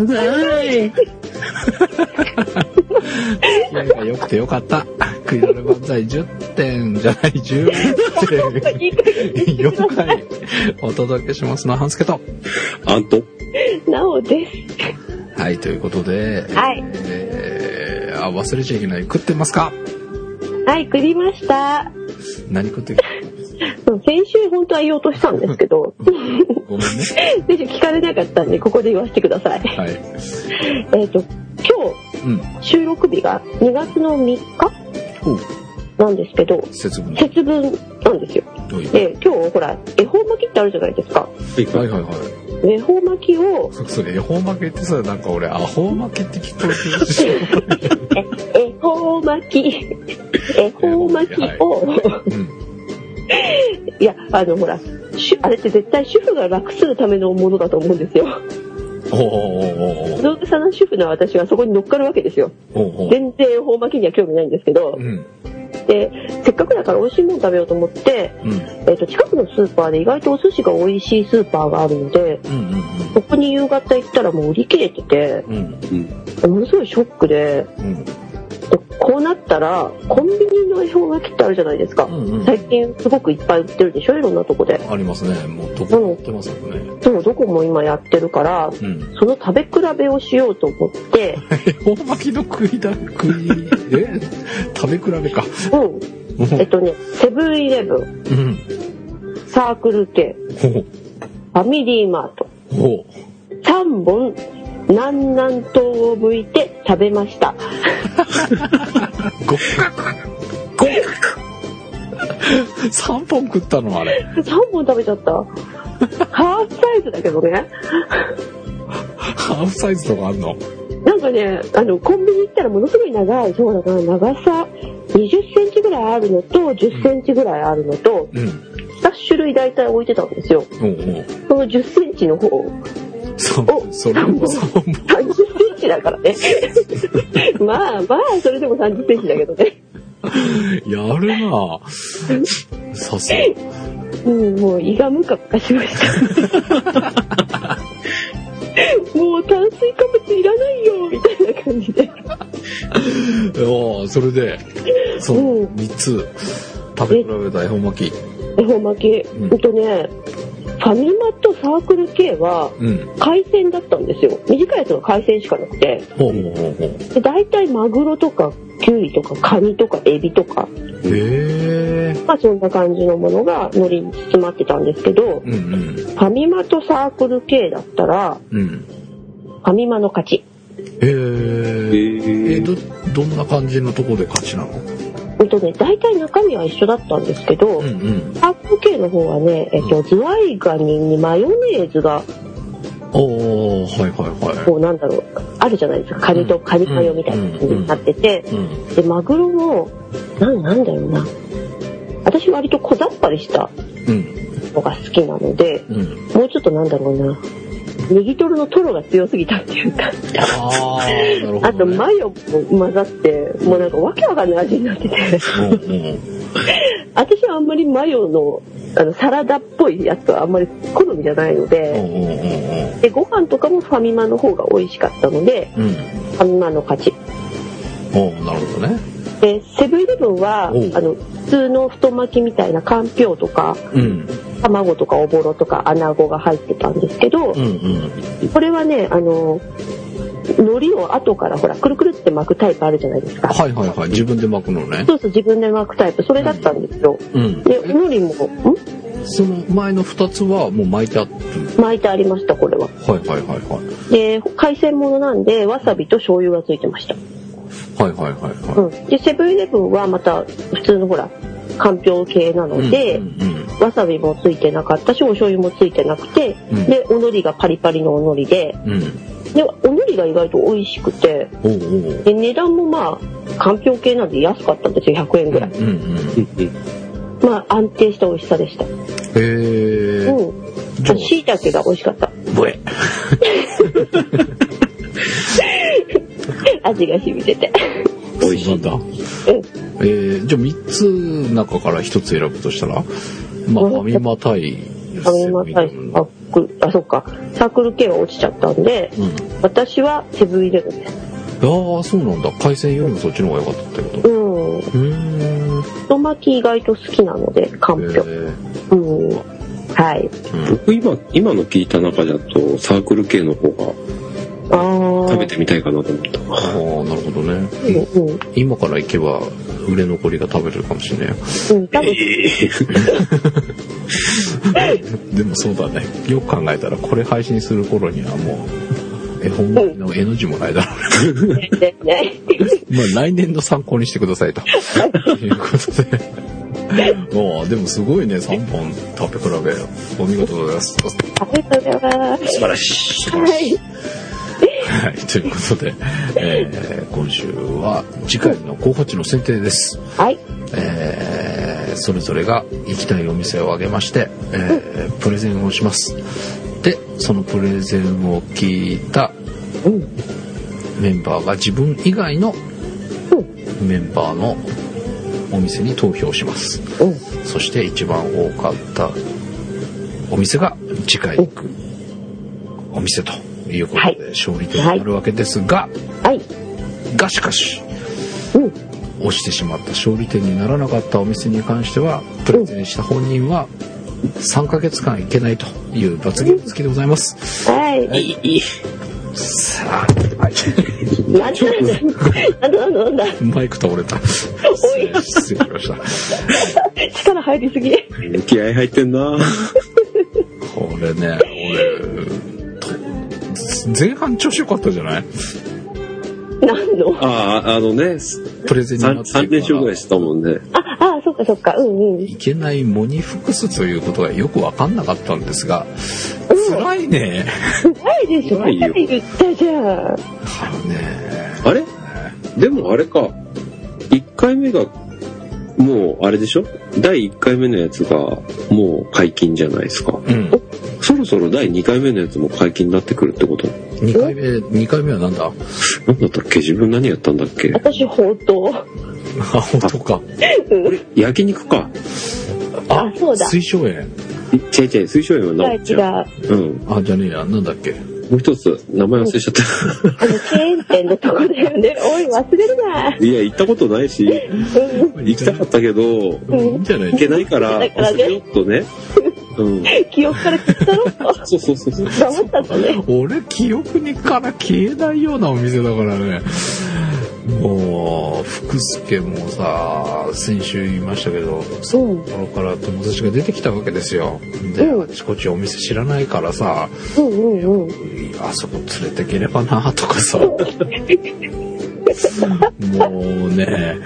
んか い。いやいや、よくてよかった。クイナル万歳10点じゃない、10いい加減点。4回お届けしますのは、半助と。あんと、なおです。はい、ということで、はいえー、あ、忘れちゃいけない。食ってますかはい、くりました。何食ってきたうん先週本当は言おうとしたんですけど、ごめんね。先週聞かれなかったんで、ここで言わせてください。はい。えっと、今うん。日収録日が2月の3日ほう、なんですけど、節分だ。節分なんですよ。どういうで、今日ほら、恵方巻きってあるじゃないですか。はいはいはい。恵方巻きを、そそれ、恵方巻きってさ、なんか俺、アホ巻きって聞こえてるし。恵方巻き、恵方巻きを、うん。いや、あのほら、主あれって絶対主婦が楽するためのものだと思うんですよ。おお動物さんの主婦の私はそこに乗っかるわけですよ。おおおおお全然恵方巻きには興味ないんですけどう、ん。で、せっかくだから美味しいもの食べようと思って、うん。えっと、近くのスーパーで意外とお寿司が美味しいスーパーがあるので、うん。そこに夕方行ったらもう売り切れてて、うん。うん。ものすごいショックで、うん。こうなったら、コンビニの恵方巻きってあるじゃないですか。うん。うん。最近すごくいっぱい売ってるでしょいろんなとこで。ありますね。もう、どこも売ってますもんね。でもどこも今やってるから、うん。その食べ比べをしようと思 って、恵方巻きの食いだ、食い、え食べ比べか。うん。えっとね、セブンイレブン、うん。サークル系、ほう。ファミリーマート、ほ3本、南南東を向いて食べましう。た。合格合格 !3 本食ったのあれ。 3本食べちゃった。ハーフサイズだけどね。ハーフサイズとかあるのなんかね、あの、コンビニ行ったらものすごい長い、そうだから長さ20センチぐらいあるのと、10センチぐらいあるのと、うん。 2種類大体置いてたんですよ。おうおう。その10センチの方、そお、それも3本。 30センチだからね。 まあまあ、それでも30センチだけどね。やるなぁ。さすが。うん、もう胃がムカムカしました。 もう炭水化物いらないよみたいな感じで。おーそれで、そうんの3つ食べ比べた恵方巻き。恵方巻き、んほんとね、ファミマとサークル系はうん。海鮮だったんですよ。短いやつは海鮮しかなくて。ほうほうほうほう。で大体マグロとかキュウリとかカニとかエビとか、へえ。まあそんな感じのものが海苔に包まってたんですけど、うんうん。ファミマとサークル系だったら、うん。ファミマの勝ち。えへえ。え、ー、ど、どんな感じのとこで勝ちなのうんとね、大体中身は一緒だったんですけど、うんうん。サークル系の方はね、えっと、ズワイガニにマヨネーズが、おー、はいはいはこうなんだろう、あるじゃないですか。カニとカニマヨみたいな感じになってて、い。うん。で、マグロも、なん、なんだろうな。私割と小ざっぱりしたうん。のが好きなので、うん。もうちょっとなんだろうな。ネギトロのトロが強すぎたっていうか、あー、なるほど、ね。あとマヨも混ざって、もうなんかわけわかんない味になっ てて。うんうん。私はあんまりマヨのあのサラダっぽいやつはあんまり好みじゃないのうんで,、うんうんでご飯とかもファミマの方が美味しかったのでうん。うん。ファミマの勝ちおー、なるほどね。でセブンイレブンはあおうの普通の太巻きみたいなかんぴょうとかうん。卵とかおぼろとか穴子が入ってたんですけうんどうん。これはねあの海苔を後からほらくるくるって巻くタイプあるじゃないですかはいはいはい。自分で巻くのね。そうそう自分で巻くタイプそれだったんですようん。で海苔もんその前の2つはもう巻いてあって。巻いてありましたこれははいはいはいはい。で海鮮ものなんでわさびと醤油がついてました、はいはいはいは。うん、でセブンイレブンはまた普通のほらかんぴょう系ないうのんで、うんわさびもついてなかったしお醤油もついてなくて、うんでおのりがパリパリのおのりでうん。うんでおのりが意外と美味しくておうおう。で値段もまあかんぴょう系なんで安かったんですよ100円ぐらい、うんうん。うんまあ安定した美味しさでしたへえ。うんじゃしいたけが美味しかった あ、ぶえ。味が染みてて美味しそうない。んだ。うんえー、じゃあ3つ中から1つ選ぶとしたら、まあ、うんファミマ対、ファミマ大セブン使イレブンのクル、あ、そっか、サークル系は落ちちゃったんで、うん。私はセブンイレブンです。ああ、そうなんだ。海鮮よりもそっちの方が良かったってこうん。と。うーん。太巻き意外と好きなので、かんぴょう。えうん。はい。ー僕今、今の聞いた中だと、サークル系の方があー食べてみたいかなと思った。ああ、なるほどね。うんうん。今から行けば、売れ残りが食べれるかもしれない。うん、多分、えーでもそうだね。よく考えたら、これ配信する頃にはもう、絵本の絵の字もないだろう。ね、ね。まあ来年の参考にしてくださいと。いうことで。ああ、でも すごいね、3本食べ比べ。お見事でございます。ありがとうございます。素晴らしい。はい。はい、ということで、えー今週は次回の候補地の選定です。はい。えーそれぞれが行きたいお店を挙げまして、えープレゼンをします。で、そのプレゼンを聞いたうん。メンバーが自分以外のメンバーのお店に投票します。うん。そして一番多かったお店が次回行くお店ということはいで勝利となるわけですが、はい。がしかしうん。押してしまった勝利点にならなかったお店に関してはプレゼンした本人は3ヶ月間行けないという罰ゲーム付きでございます。はい。いい、いい。さあ、はい、 なんだなんだなんだなんだマイク倒れた。失礼失礼しました。力入りすぎ。気合入ってん な。これね、俺、と前半調子良かったじゃない何のああ、あのね、プレゼンになっ3、てから3連勝ぐらいしてたもんね。あ、あ、そっかそっか。うんうん。いけないモニフクスということがよく分かんなかったんですが、辛いね。ないでしょ。なないいよで言ったじゃあん。のね、あれでもあれか。1回目が、もうあれでしょ第1回目のやつがもう解禁じゃないですか。うん、そろそろ第2回目のやつも解禁になってくるってこと2回目、二回目はなんだなんだったっけ自分何やったんだっけ私、ほうとあ、本当か。焼肉か。あそうだ水晶園。い違う違う、水晶園う。は違うなお違ちう。ゃん。あうん。あ、じゃねえや、なんだっけ。もう一つ、名前忘れちゃっ の、チェーン店のとこだよね。おい、忘れるな。た。いや、行ったことないし、うん。行きたかったけど、いいんじゃない行けないから、だから忘ねれよっとね。うん。 記憶から消ったろと。そうそうそうそう。黙ったとね。俺、記憶にから消えないようなお店だからね。もう、福助もさ、先週言いましたけど、うん。このから友達が出てきたわけですよ。で、うんあちこちお店知らないからさ、うんうんうん。あそこ連れてければなとかさ。もうね、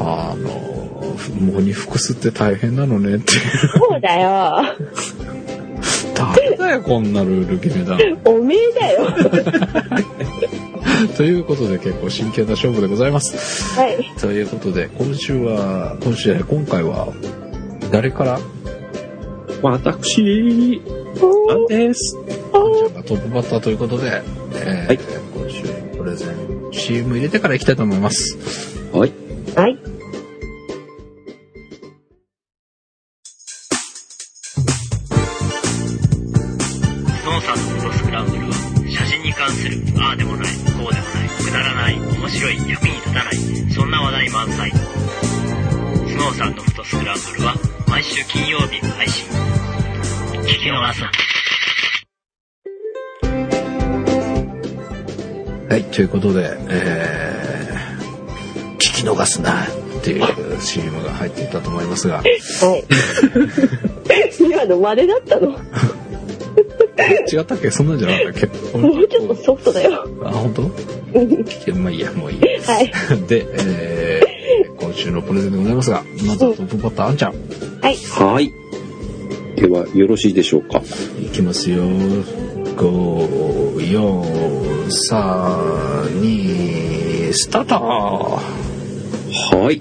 あの、モニ服吸って大変なのねって。そうだよ。誰だよ、こんなルール決めたの。おめえだよ。ということで結構真剣な勝負でございます。はい。ということで、今週は、今週じゃない今回は、誰から私、おなんーです。じゃおーあトップバッターということで、えーはい今週のプレゼン CM 入れてからいきたいと思います。はい。はい。ゾンさんのこのスクランブルは、写真に関する、ああでもない、こうでもない、くだらない、面白い、役に立たない、そんな話題満載。スノーさんのフトスクランブルは、毎週金曜日配信。聞き逃すな。はい、ということで、えー、聞き逃すなっていう CM が入っていたと思いますが、 はい。今の真似だったのも違ったっけそんなんじゃなかったっけうちょっとソフトだよ。あ、本当？うん聞けまあいいや、 もういい。はい。で、えー、今週のプレゼンでございますが、まずはトップバッター、あんちゃん。はい。はい。では、よろしいでしょうか。いきますよ。5、4、3、2、スタートはい。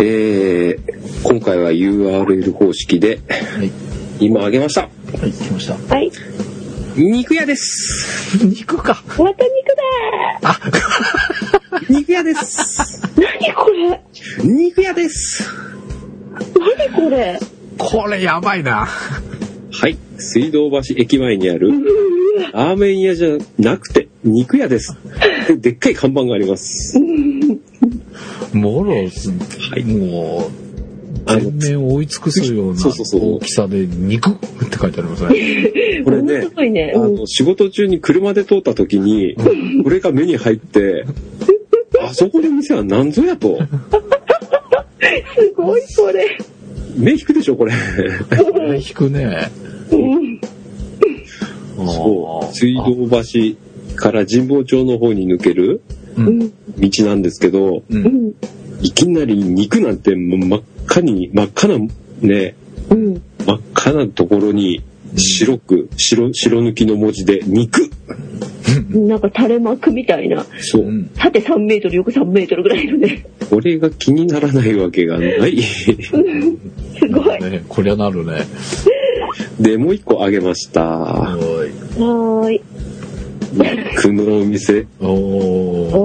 えー、今回は URL 方式で、はい、今あげました。はい、来ました。 はい。肉屋です。肉か。また肉あ、だ 肉屋です。ー何これ肉屋です。何これこれやばいな。はい。水道橋駅前にある、ラーメン屋じゃなくて、肉屋です。でっかい看板があります。もろ、もう、あの全面を覆い尽くすようなそうそうそう大きさで肉って書いてありますね。これものねす、ごいね。あうんの、仕事中に車で通った時に、これが目に入って、あそこの店は何ぞやと。すごい、それ。目引くでしょ、これ。これ引くね。うん そう。水道橋から神保町の方に抜けるう。うんん。道なんですけど、う。うんん。いきなり肉なんてもう真っ赤に、真っ赤な、ね、うん。真っ赤なところに、白く、白、白抜きの文字で、肉なんか垂れ幕みたいな。そうう。ん。縦3メートル、横3メートルぐらいのね。これが気にならないわけがない。すごい。はね、こりゃなるね。 で、もう一個あげました。おい。ーい。肉のお店、お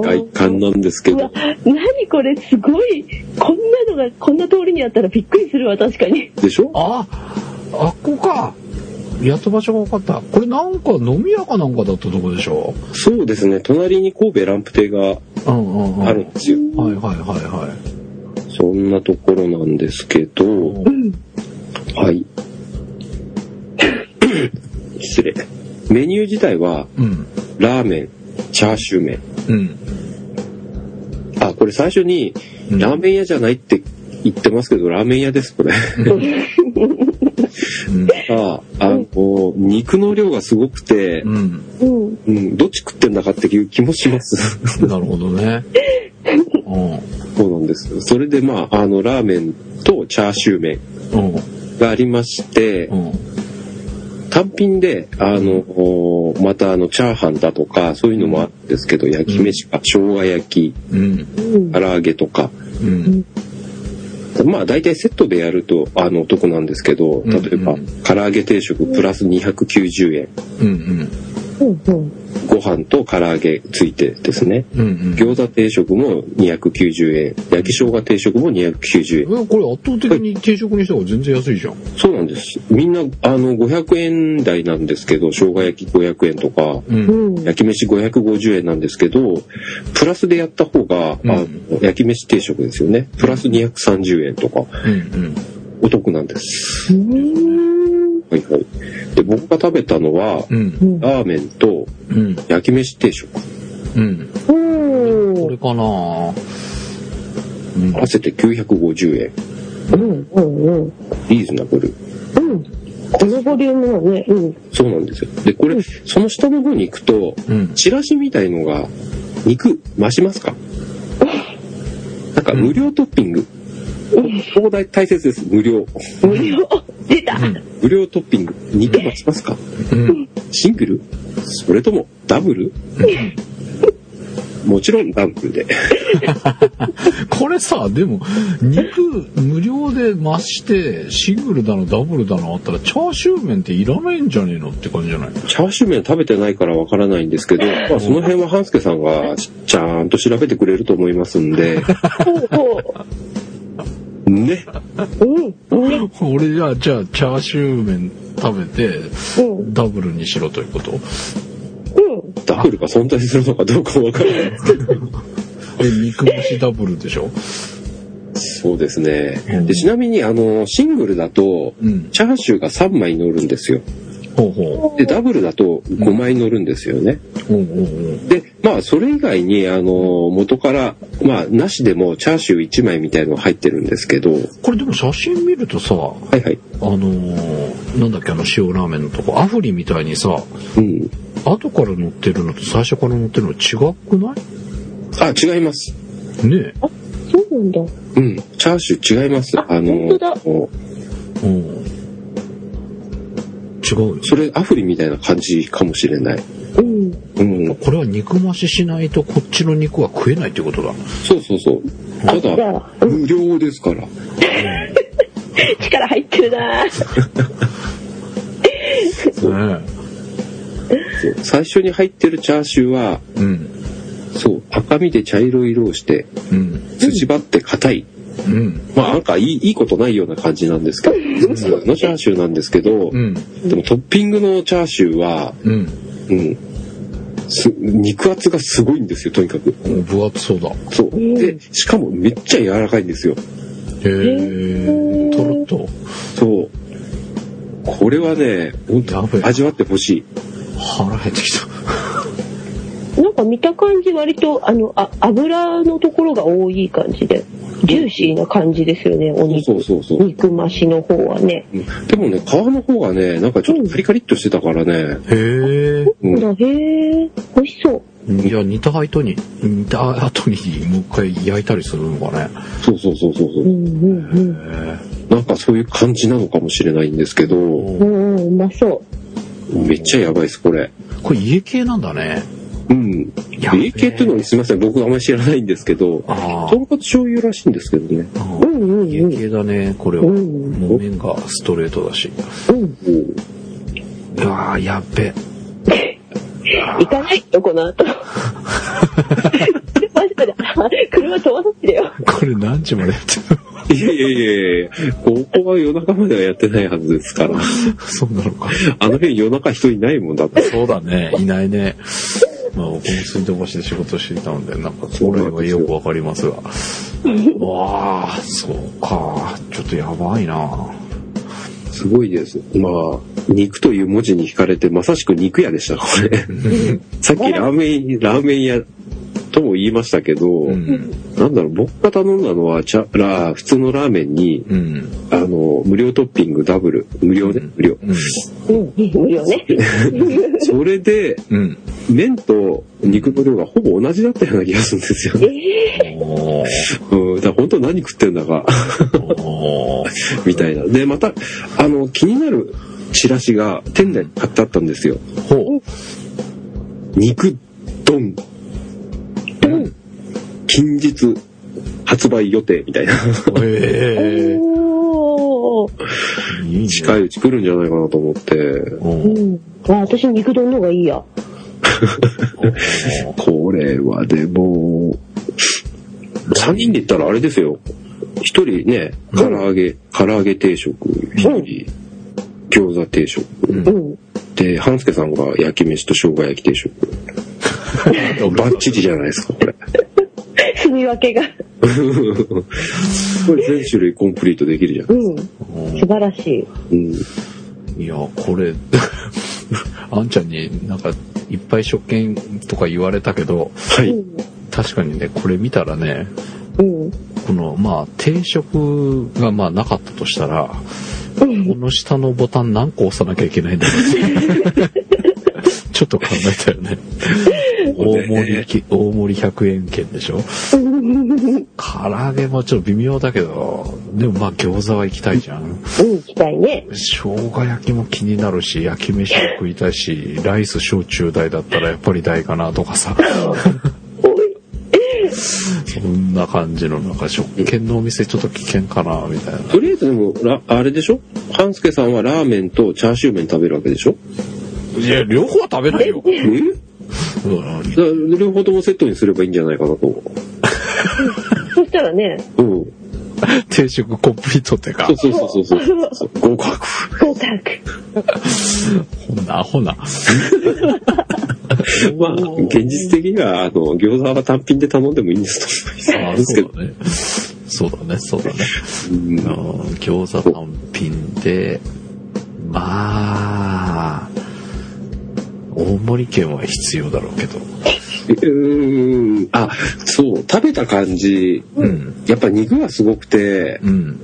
ー。外観なんですけうどわ、、何これ、すごい。こんなのが、こんな通りにあったらびっくりするわ、確かに。でしょあ、あっこか。やっと場所が分かった。これなんか飲み屋かなんかだったとこでしょそうですね、隣に神戸ランプ亭がうんうんうん。あるんですよ。はいはいはいはそんなところなんですけい。ど、はい。失礼。メニュー自体は、うん。ラーメン、チャーシュー麺。うん。あ、これ最初に、うんラーメン屋じゃないって言ってますけど、ラーメン屋で す、これ。うん。ああの、肉の量がすごくてう、ん。うん。うん、どっち食ってんだかっていう気もします。 なるほどね。うそうなんです。それでまあ、あの、ラーメンとチャーシュー麺ん。うん。がありましてう、ん。単品で、あの、おまたあの、チャーハンだとか、そういうのもあるんですけど、焼き飯か、生姜焼き、うん。うん唐。揚げとか、うん。まあ大体セットでやると、あの、お得なんですけど、ん例えばうん、唐揚げ定食プラス290円、うん。うん。うん。ご飯と唐揚げついてですね。うん。餃子定食も290円、焼き生姜定食も290円。えこれ圧倒的に定食にした方が全然安いじゃん。そうなんです。みんな、あの、500円台なんですけど、生姜焼き500円とか、う。うんん。焼き飯550円なんですけど、プラスでやった方が、あのうん焼き飯定食ですよね。プラス230円とか、うん。お得なんです。うん。はいはい。で、僕が食べたのは、うん。うん。ラーメンとうん。焼き飯定食うん。うんこれかな合わせて950円。うんうんうん。リーズナブル。うん。このボリュームはね、うん。そうなんですよ。で、これ、その下の方に行くと、うん。チラシみたいのが、肉、増しますかなんか、うん無料トッピング。ここ大大切です。無料。無料。出た。無料トッピング。肉増しますかうん。シングルそれとも、ダブルもちろんダブルで。これさ、でも、肉無料で増して、シングルだの、ダブルだのあったら、チャーシュー麺っていらないんじゃねえのって感じじゃないチャーシュー麺食べてないからわからないんですけど、まあ、その辺は半助さんがちゃんと調べてくれると思いますん で、ほうほね。う。うん。うん。俺じゃあ、じゃあ、チャーシュー麺食べて、うん。ダブルにしろということうん。ダブルが存在するのかどうかわからない。で、肉増しダブルでしょそうですねうん。でちなみに、あの、シングルだと、うん。チャーシューが3枚乗るんですよ。ほうほで、ダブルだと5枚乗るんですよね。う。うんうんうん。で、まあ、それ以外に、あの、元から、まあ、なしでもチャーシュー1枚みたいの入ってるんですけど、はこれでも写真見るとさ、あいはい。のーなんだっけあの塩ラーメンのとこ、アフリみたいにさ、うん。後から乗ってるのと最初から乗ってるの違くなあ、違います。いねそうなんだ。うん。チャーシュー違います。ああ本当のだ、え。うん。違うよ。それアフリみたいな感じかもしれない。うん。うん。これは肉増ししないとこっちの肉は食えないってことだ。そうそうそう。たじだ、ゃあ、うん無料ですから。力入ってるなねそう最初に入ってるチャーシューは、え。うん。そう、赤身で茶色い色をして、うん。筋張って硬い。うんまあなんかいいいいことないような感じなんですけど、それのチャーシューなんですけど、うんでもトッピングのチャーシューは、うんうん、す肉厚がすごいんですよ、とにかく。お分厚そうだへそう。うんで、しかもめっちゃ柔らかいんですよ。えとろっとそう。これはね、本や当べえ味わってほしい。腹減ってきたなんか見た感じ割と、あの、あ、油のところが多い感じで、ジューシーな感じですよね、お肉。そうそうそう。肉増しの方はね。うんでもね、皮の方がね、なんかちょっとカリカリっとしてたからね、へえうんほら、へえ、美味しそう。いや煮た後に煮た後にもう一回焼いたりするのかねそうそうそうそうそうう。んうんへなんかそういう感じなのかもしれないんですけど、うん。うえんうん、うまそう。めっちゃやばいです、これ。これ家系なんだねうん。やべえ家系っていうのはすみません、僕あんまり知らないんですけど、あ豚骨醤油らしいんですけどね。あううんんうん家うん。系だねこれはうもんう麺がストレートだしうん。うわーやっべ行かないよ、この後。マジで、あ車飛ばさってだよ。これ何時までやってるいやいやいやいや、ここは夜中まではやってないはずですから。そうなのかあの辺夜中人いないもんだって。そうだね、いないね。まあ、僕も住んでほしで仕事していたので、なんか、それはよくわかりますが。わあ、そうか。ちょっとやばいな。すごいです。まあ、肉という文字に惹かれて、まさしく肉屋でした、これ。 さっきラーメン、ラーメン屋とも言いましたけど、うん。なんだろう、僕が頼んだのは、チャラ普通のラーメンに、うん。あの、無料トッピングダブル、無料ね、うん無料。うん。うん、無料ね。それで、うん。麺と肉の量がほぼ同じだったような気がするんですよね。おーうん、だから本当何食ってんだか、 おーみたいな。で、また、あの、気になるチラシが店内に貼ってあったんですよ。ほう。肉丼うん近日発売予定みたいなええおー。いいね。近いうち来るんじゃないかなと思っておうーん。あ、私肉丼の方がいいや。これはでも3人で行ったらあれですよ1人ね唐揚げ、唐揚げ定食1人、餃子定食うん。で半助さんが焼き飯と生姜焼き定 食バッチリじゃないですかこれ住み分けが。これ全種類コンプリートできるじゃんうん。おー素晴らしい。うんいや、これ、 あんちゃんになんか、いっぱい食券とか言われたけど、はういん。確かにね、これ見たらね、うん。このまあ定食がまあなかったとしたら、うんこの下のボタン何個押さなきゃいけないんだろう ちょっと考えたよね。大盛りき、 大盛り100円券でしょ唐揚げもちょっと微妙だけど、でもまあ餃子は行きたいじゃん。うん、行きたいね。生姜焼きも気になるし、焼き飯も食いたいし、ライス小中大だったらやっぱり大かなとかさ。そんな感じの、なんか食券のお店ちょっと危険かな、みたいな。とりあえずでもラあれでしょ半助さんはラーメンとチャーシュー麺食べるわけでしょいや、両方は食べないよ。えだから両方ともセットにすればいいんじゃないかなと。そしたらね、うん。 定食コンプリートってかそう。そうそうそうそうそう。合格。合格。ほな、ほな。まあ、現実的には、あの、餃子は単品で頼んでもいいんですと思いあまあすけそうど。だね。そうだね、そうだね。うんあの餃子単品で、まあ、大盛り券は必要だろうけど。うーん。あ、そう。食べた感じ、うん。やっぱ肉がすごくて、うん。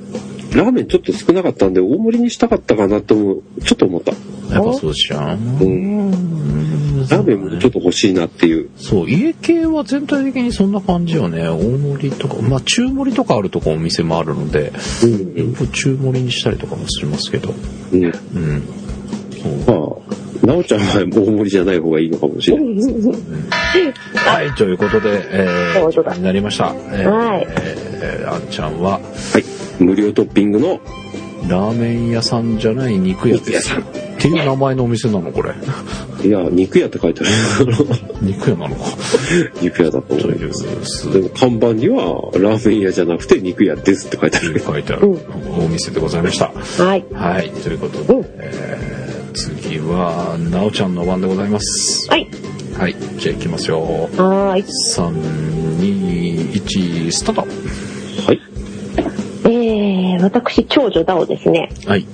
ラーメンちょっと少なかったんで、大盛りにしたかったかなとも、ちょっと思った。やっぱそうじゃん。ううんラーメンもちょっと欲しいなっていう。そう、家系は全体的にそんな感じよね。大盛りとか、まあ中盛りとかあるとこお店もあるので、うん。中盛りにしたりとかもしますけど。うん。うん。そうまあ、なおちゃんは大盛りじゃない方がいいのかもしれない。はい、ということで、えそー、う時だ間になりました。えーはいえーあんちゃんは、はい。無料トッピングのラーメン屋さんじゃない肉屋です。肉っていう名前のお店なのこれ。 いや、肉屋って書いてある。肉屋なのか。 肉屋だと思といいうまスす。ーでも看板には、ラーメン屋じゃなくて肉屋ですって書いてあプるに。書いてあるお店でございました。はい。はい、ということうんで、えー次は、なおちゃんの番でございます。はい。はい、じゃあ行きますよ。はーい。 3、2、1、スタート。はい。えー、私、長女ダオですね。 はい。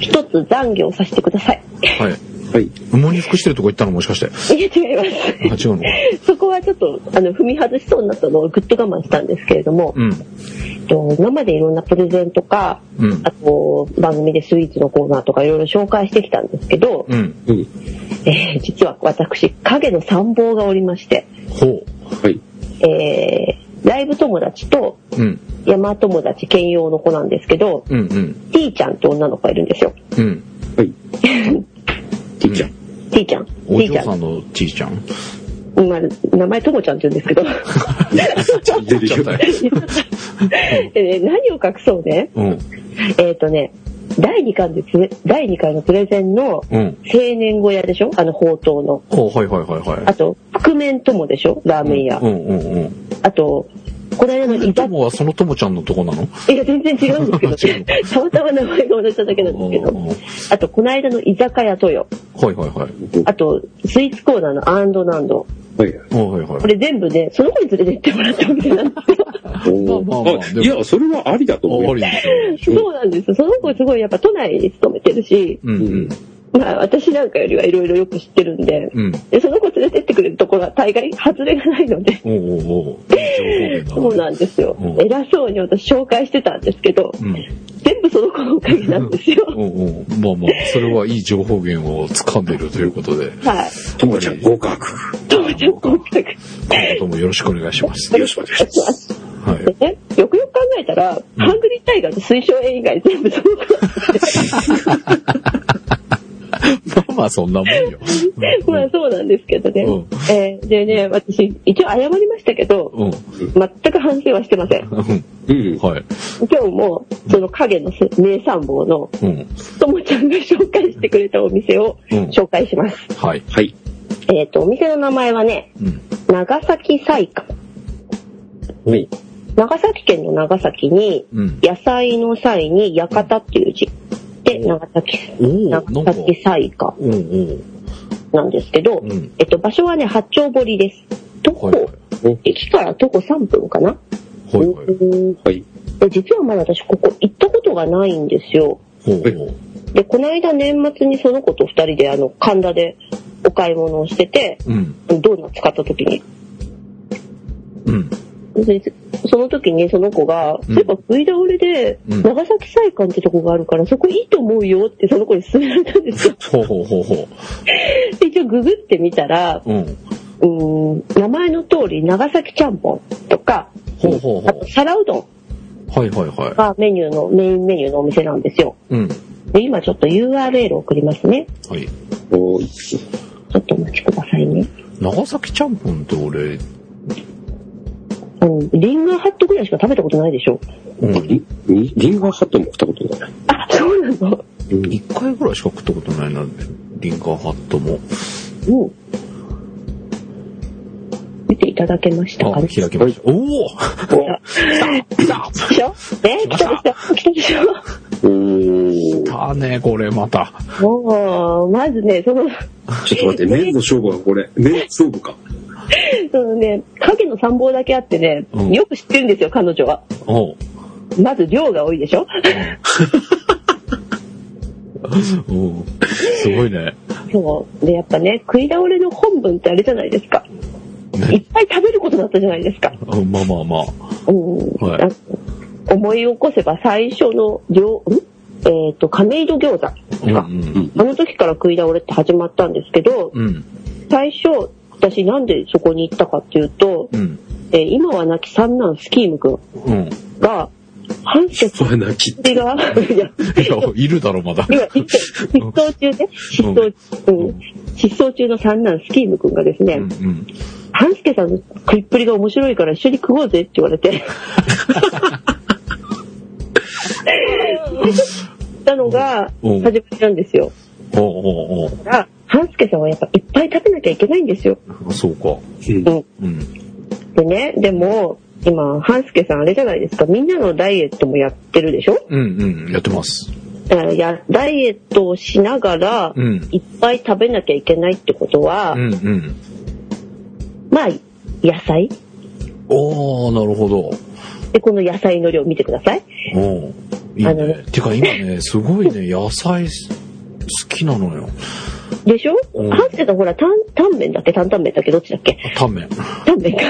一つ残業させてください。 はい。はい。芋に服してるとこ行ったのもしかして。いや、違います。あ、違うのそこはちょっと、あの、踏み外しそうになったのをぐっと我慢したんですけれども、うん。えっと今までいろんなプレゼンとか、うんあと、番組でスイーツのコーナーとかいろいろ紹介してきたんですけど、うん。うん。えー実は私、影の参謀がおりまして、ほはい。えー、ライブ友達とう。うん。山友達兼用の子なんですけど、うんうん。 T ちゃんと女の子がいるんですよ。うん。はい。てぃちゃん。 T ちゃん。お T ち嬢ゃさん。んのちいちゃん。まあ名前ともちゃんって言うんですけど。出て きちょたっと待ってでね何を隠そうね。うん。えっ、とね、第2巻でつね、第2回のプレゼンの青うん。年小屋でしょあの、宝刀の。ほう、はいはいはいはあい。と、覆面友でしょラーメン屋う。んうんうん。あと、この間のイザと もはそのともちゃんのとこなのいや、全然違うんです違う けど、たまたま名前が同じなだけなんですけうんど、あと、この間の居酒屋とよ、はいはいはい。あと、スイーツコーナーのアンドナンド、はい。はいはいこはい。れ全部ね、その子に連れてってもらったわけなんですよ。おまあまあまあーあいや、それはありだとあ、思あうりよ。ですよ。 そうなんですよ。その子すごいやっぱ都内に勤めてるし、うんうん。まあ私なんかよりはいろいろよく知ってるんで、うん。で、その子連れてってくれるところは大概外れがないので、おうおうおう。いい情そ報う源だなんですようん。偉そうに私紹介してたんですけど、うん。全部その子のおかげなんですよ。おうおうまあまあ、それはいい情報源を掴んでいるということで、はい。ともちゃん合格。ともちゃん合今格。後ともよろしくお願いします。よろしくお願いします。はい。でね、よくよく考えたら、ハングリータイガーと推奨園以外全部その子まあまあ、そんなもんよ。まあそうなんですけどね。うんえーでね、私、一応謝りましたけど、うん。全く反省はしてません。ううんん。。はい。今日も、その影のせ名参謀の、うん。ともちゃんが紹介してくれたお店をうん紹介します。はい。はい。えっ、と、お店の名前はね、うん。長崎菜館。はい。長崎県の長崎に、うん。野菜の際に館っていう字。で、お長崎、おおなん長か、崎菜館。うんうん。なんですけど、うんえっと、場所はね、八丁堀です。徒歩、はいはい駅から徒歩3分かな、はいはい。うんはい。で実はまだ私ここ行ったことがないんですよ。ほうほう。で、この間年末にその子と2人であの、神田でお買い物をしてて、うん。ドーナツ買った時に。うん。でその時にその子が、うんそういえば食い倒れで、うん長崎菜館ってとこがあるから、そこいいと思うよってその子に勧められたんですよ。ほうほうほうほで一応ググってみたら、う。うん。うん、名前の通り長崎ちゃんぽんとか、ほうほうあとほ皿うどんう。はいはいはい。がメニューの、メインメニューのお店なんですよ。うん。で、今ちょっと URL を送りますね。はい。おーちょっとお待ちくださいね。長崎ちゃんぽんって俺、あの、リンガーハットぐらいしか食べたことないでしょ。うん。リリリンガーハットも食ったことない。あ、そうなの。うん。一回ぐらいしか食ったことないな、リンガーハットも。うん。見ていただけましたあ、か開ね。きました。おお来たでしょね来たでしょ来たでし おーだね、これまた。ょもう、まずね、その、ちょっと待って、麺の勝負はこれ。麺勝負か。そのね、影の参謀だけあってね、うんよく知ってるんですよ、彼女は。おう。まず量が多いでしょおうすごいね。そう。で、やっぱね、食い倒れの本文ってあれじゃないですか。いっねぱい食べることだったじゃないですか。あまあまあまあ。うん。はいあ思い起こせば最初の量、んえっ、と、亀戸餃子とか、うんあの時から食い倒れって始まったんですけど、うん。うん。最初、私なんでそこに行ったかっていうと、うん。えー今は亡き三男スキームくんうん。が、半世それなき。が、いや、いや、いるだろ、まだ。今、失踪中ね、失踪、んうん、失踪中の三男スキームくんがですうね、んうん。半助さんの食いっぷりが面白いから一緒に食おうぜって言わ れて。 行ったのが始まりなんですよ。おうおうおうだから、半助さんはやっぱいっぱい食べなきゃいけないんですよ。あそうか。うん。うん。でね、でも、今、半助さんあれじゃないですか、みんなのダイエットもやってるでしょうんうん。やってます。だからやダイエットをしながら、うんいっぱい食べなきゃいけないってことは、うんうん。まあ、野菜おー、なるほど。で、この野菜の量見てください。おいいあねのね。てか今ね、 すごいね、野菜す好きなのよ。でしょうん半助さんほら、タン、タンメンだっけ担々麺だっけどっちだっけタンメン。タンメンか。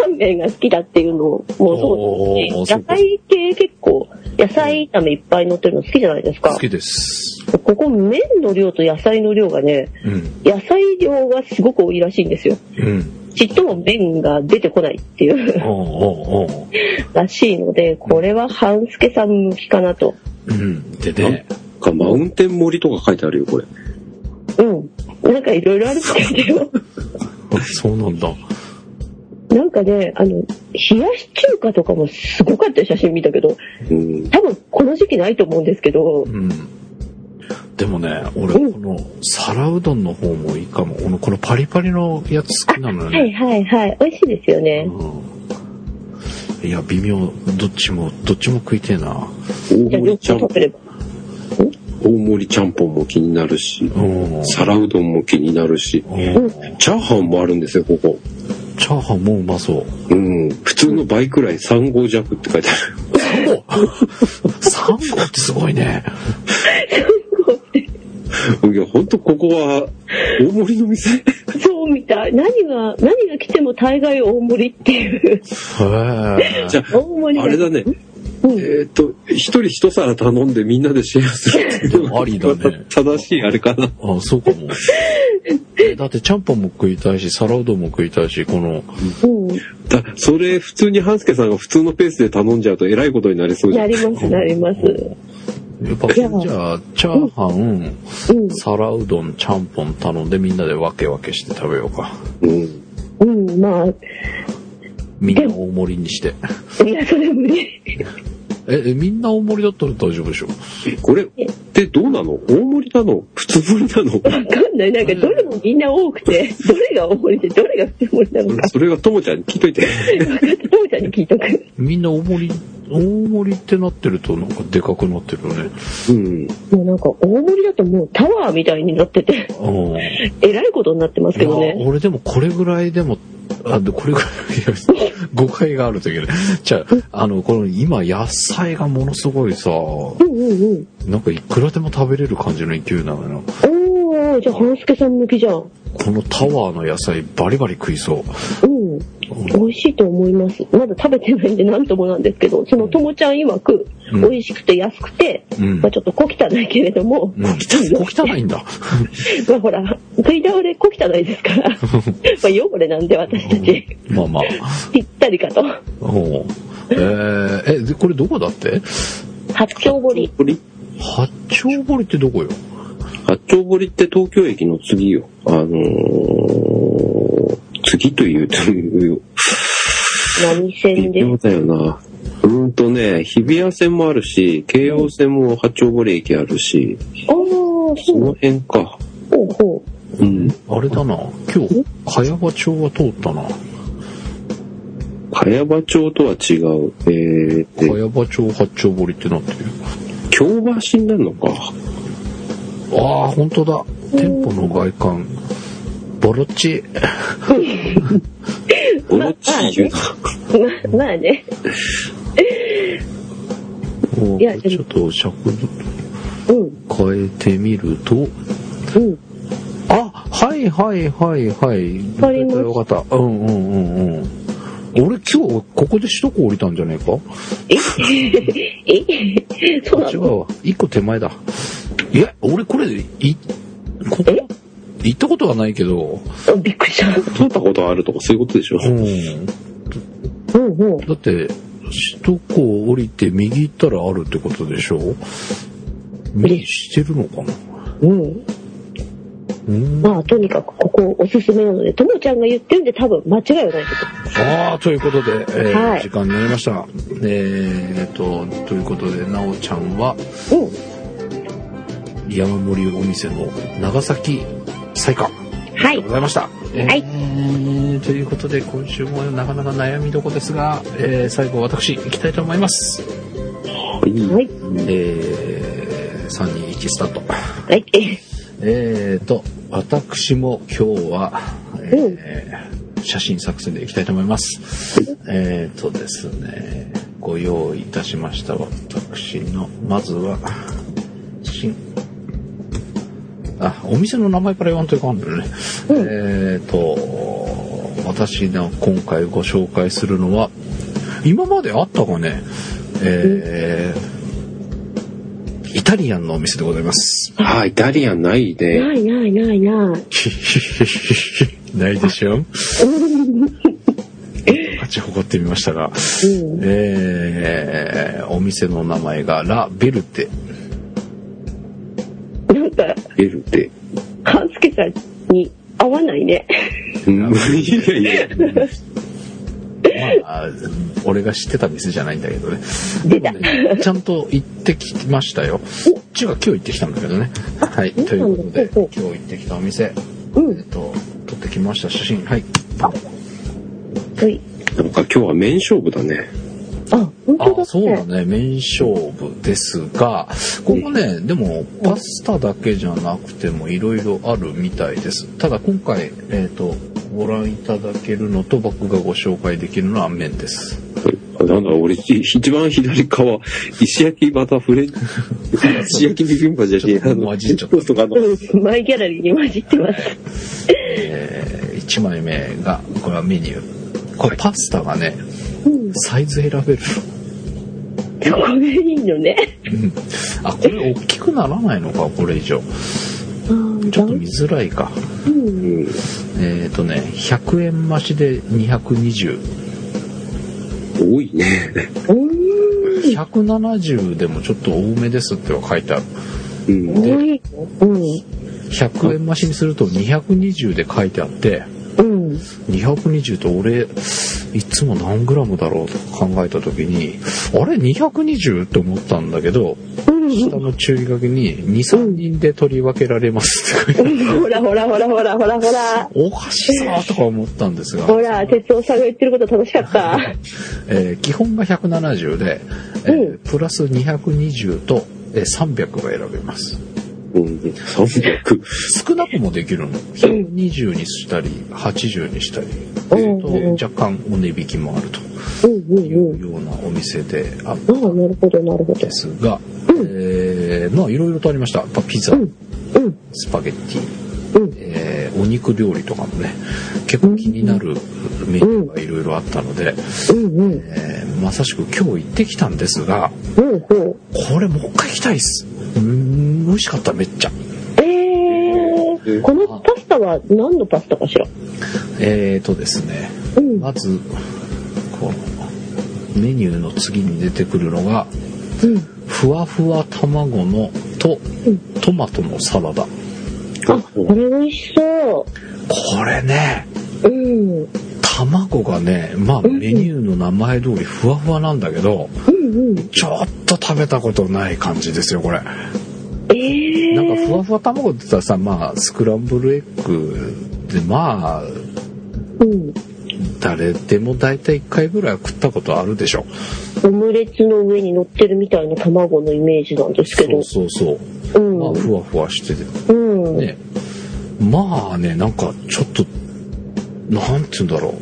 タンメンが好きだっていうのもそうおーだし、野菜系結構、野菜炒めいっぱい乗ってるの好きじゃないですか好。きです。ここ麺の量と野菜の量がね、うん。野菜量がすごく多いらしいんですよ。うん。ちっとも麺が出てこないっていうおーおーおーらしいので、これは半助さん向きかなと。うん。でね、か、マウンテン森とか書いてあるよ、これ。うん。なんかいろいろあるんだけど、そうなんだ。なんかね、あの、冷やし中華とかもすごかったよ写真見たけど、うん。多分この時期ないと思うんですけどう、ん。でもね、俺、うんこの皿うどんの方もいいかも。このこのパリパリのやつ好きなのよはいね。はいはい、美味しいですよね。うん。いや、微妙。どっちも、どっちも食いてえな。大じゃあ両森方ちゃんぽん食べれば。大盛りちゃんぽんも気になるし、うん。皿うどんも気になるし、うんチャーハンもあるんですよ、ここ。チャーハンもうまそう。うん。普通の倍くらい3合弱って書いてある。サンゴってすごいね。いや、ほんとここは、大盛りの店そうみたい。何が、何が来ても大概大盛りっていう。へえ。じゃ大盛りあ、あれだね。うんえっと、一人一皿頼んでみんなでシェアするっていうのがありだね正しいあれかな。あ、そうかも。えだって、ちゃんぽんも食いたいし、皿うどんも食いたいし、この、う。だそれ、普通に半助さんが普通のペースで頼んじゃうと偉いことになりそうんじなゃ。んります、なります。やっぱ、じゃあ、チャーハン、うん。皿うどん、ちゃんぽん頼んでみんなで分け分けして食べようか。うん。うん、まあ、みんな大盛りにして。いや、それ無理。え、えみんな大盛りだったら大丈夫でしょこれってどうなの大盛りなの普通盛りな のわかんない。なんか、どれもみんな多くて、どれが大盛りで、どれが普通盛りなのか、それはともちゃんに聞いといて。ともちゃんに聞いとく。みんな大盛り、大盛りってなってるとなんかでかくなってるよね。うん。もうなんか、大盛りだともうタワーみたいになってて、うん。えらいことになってますけどいやね。俺でもこれぐらいでも、あ、でこれぐらい、いや誤解があるというけど、じゃあ、あの、この今野菜がものすごいさ、うんうんうん。なんかいくらでも食べれる感じの勢いなのよ。おー、じゃあ、半助さん向きじゃん。このタワーの野菜バリバリ食いそう。うん。美味しいと思います。まだ食べてないんで何ともなんですけど、そのともちゃん曰く、うん美味しくて安くて、うんまあちょっと小汚いけれども、うん、小汚いんだ。まあほら、食い倒れ小汚いです から、まあ汚れなんで私たち、まあまあ。ぴったりかと。おうえー、え、でこれどこだって八丁堀。堀八丁堀ってどこよ八丁堀って東京駅の次よ。あのー、次というという何線で微妙だよな。うーんとね、日比谷線もあるし、京王線も八丁堀駅あるし、ああ、そそうの。辺か。ほうほうん。あれだな。今日、茅場町は通ったな。茅場町とは違う。えー、で、茅場町八丁堀ってなってるよ。京橋になるのか。ああ、本当だ。店舗の外観。ボロッチ。おろちいうな。う。ままあね。おーいやちょっと尺うん、変えてみると。うん。あ、はいはいはいはい。わかりましたよかった。うんうんうんうん。俺今日ここで首都高降りたんじゃねえかええそうな違のうわ。一個手前だ。いや、俺これ、い、ここえ行ったことはないけど、あびっくりした。通ったことあるとかそういうことでしょ。うん。うんうん。だって、首都高降りて右行ったらあるってことでしょ右してるのかなうん。うん。まあ、とにかくここおすすめなので、ともちゃんが言ってるんで多分間違いはないとああ、ということで、えーはい時間になりました。えー、と、ということで、なおちゃんは、思う。山盛りお店の長崎最下。はありがとうご。いざいました。はいえーということで、今週もなかなか悩みどこですが、えー最後私行きたいと思います。はい。はい。えー、321スタート。はい。えーと、私も今日は、えー写真作戦でいきたいと思います。えーとですね、ご用意いたしました私の、まずは、新、あ、お店の名前から言わんといかんだよね。えーと、私の今回ご紹介するのは、今まであったかね、えー、イタリアンのお店でございます。ああ、イタリアンないね。ないないないない。ないでし ょ勝ち誇ってみましたが、うん。えー、お店の名前がラ・ベルテ。なんか、ベルテ。勘助さんに合わないね。うんいやいや。まあ、俺が知ってた店じゃないんだけどね。出たでもねちゃんと行ってきましたよ。こっちが今日行ってきたんだけどね。はい。そうなんだということで、ほう今ほう日行ってきたお店、うえっん。と、撮ってきました写真。はい。ほい。なんか今日は面勝負だね。あ、本当だあっそうだて。ね麺勝負ですがここねでもパスタだけじゃなくてもいろいろあるみたいですただ今回、えー、とご覧いただけるのと僕がご紹介できるのは麺ですなんだ、俺、一番左側、石焼きバ タフレンチ、石焼きビビンバじゃねちょえっと混じっちゃったあのそうそうあのうん。マイギャラリーに混じってます。え1枚目がこれはメニューこれパスタがねうん。サイズ選べるそこがいいのね。うんあこれ大きくならないのかこれ以上ちょちょっと見づらいかうん。うんえっ、とね100円増しで220多いね。うん。 170でもちょっと多めですっては書いてあるうん。多いうん。 100円増しにすると220で書いてあってうん。 220って俺いつも何グラムだろうとか考えた時にあれ220って思ったんだけど下の注意書きに23人で取り分けられますって書いてあるほらほらほらほらほらほら。おかしいなとか思ったんですがほら、哲夫さんが言ってること楽しかった。えー基本が170で、えープラス220と、えー300が選べますうん。300。少なくもできるの120にしたり80にしたりうえんーとうん若干お値引きもあるとうんういんう。うんようなお店であったああ、なるほどなるほんどで。すが、えーまあいろいろとありましたやっぱピザ、うんうんスパゲッティ、うん。えーお肉料理とかもね結構気になるメニューがいろいろあったので、うんうん。えーまさしく今日行ってきたんですがうんうん。これもう一回行きたいっすうん美味しかっためっちゃえー、このパスタは何のパスタかしらえーとですねうん。まずこのメニューの次に出てくるのがうん。ふわふわ卵のとうんトマトのサラダあ、これ美味しそこれねう。うん。うん卵がねまあうんメニューの名前通りふわふわなんだけどうん。ちょっと食べたことない感じですよこれなええー。んかふわふわ卵って言ったらさまあスクランブルエッグでまあうん。誰でも大体1回ぐらいは食ったことあるでしょオムレツの上に乗ってるみたいな卵のイメージなんですけそどう。そうそううまあん。ふわふわしててうん。ね、まあねなんかちょっとなんて言うんだろ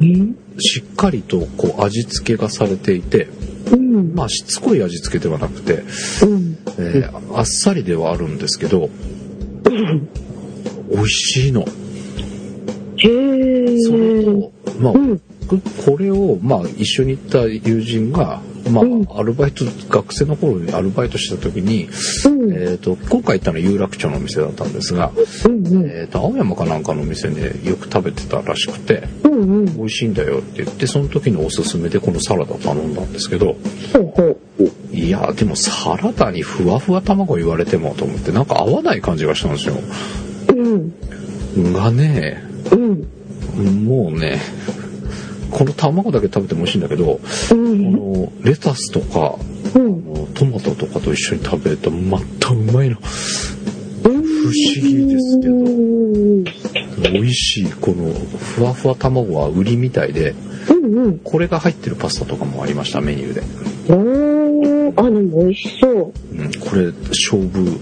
うん。うしっかりとこう味付けがされていてうん。まあしつこい味付けではなくて、うん。えーあっさりではあるんですけど美味しいのへえ。それとまあうん。僕これをまあ一緒に行った友人がまうんあアルバイト学生の頃にアルバイトしてた時に、うん。えー、と今回行ったのは有楽町のお店だったんですが、うんうん。えー、と青山かなんかのお店でよく食べてたらしくてうんうん。美味しいんだよって言ってその時のおすすめでこのサラダ頼んだんですけどほうほう。いやでもサラダにふわふわ卵言われてもと思ってなんか合わない感じがしたんですようん。がねうん。もうねこの卵だけ食べても美味しいんだけどうこん。のレタスとかうん。トマトとかと一緒に食べるとまたうまいのうん。不思議ですけどうん美味しいこのふわふわ卵は売りみたいでうん。これが入ってるパスタとかもありましたメニューで、うん。あ、でも美味しそう。うん、これ勝負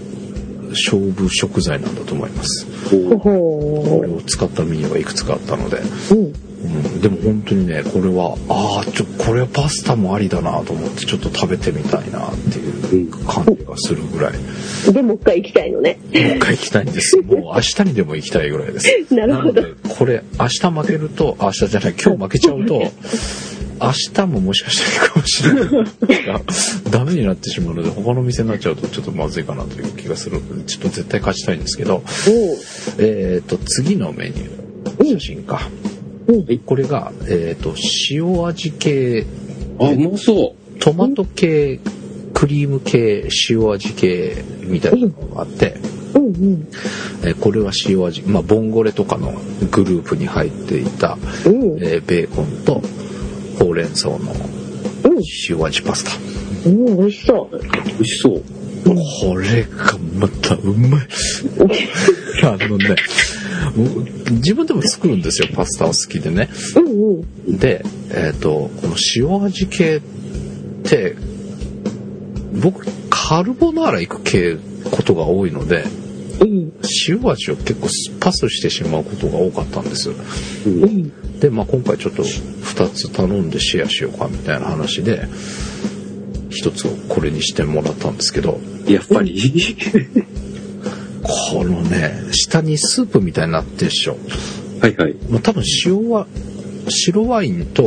勝負食材なんだと思いますほここれほを使ったメニューがいくつかあったので、ー。うん。うん、でも本当にねこれはああちょこれはパスタもありだなと思ってちょっと食べてみたいなっていう感じがするぐらいもで、もう一回行きたいのね。う一回行きたいんですもう明日にでも行きたいぐらいですなるなほのど。で、これ、明日負けると、明日じゃない、今日負けちゃうと、明日ももしかしたらかもしれない。 ダメになってしまうので、他の店になっちゃうとちょっとまずいかなという気がするので、ちょっと絶対勝ちたいんですけど、えっ、と、次のメニュー、写真か。うんこれが、えっ、と、塩味系、あ、うまそトマト系、クリーム系、塩味系みたいなのがあって、うんうん。えーこれは塩味、まあ、ボンゴレとかのグループに入っていた、うん。えーベーコンとほうれん草のうん塩味パスタ。うん、美味しそう。う。美味しそう。これがまたうまい。 あのね、もう自分でも作るんですよ、パスタを好きでね。うんうん。で、えっ、と、この塩味系って、僕、カルボナーラ行く系ことが多いので、うん塩味を結構パスしてしまうことが多かったんです。うんうん。で、まあ、今回ちょっと2つ頼んでシェアしようかみたいな話で1つをこれにしてもらったんですけどやっぱり。このね下にスープみたいになってるでしょ、はいはい。まあ、多分塩は白ワインと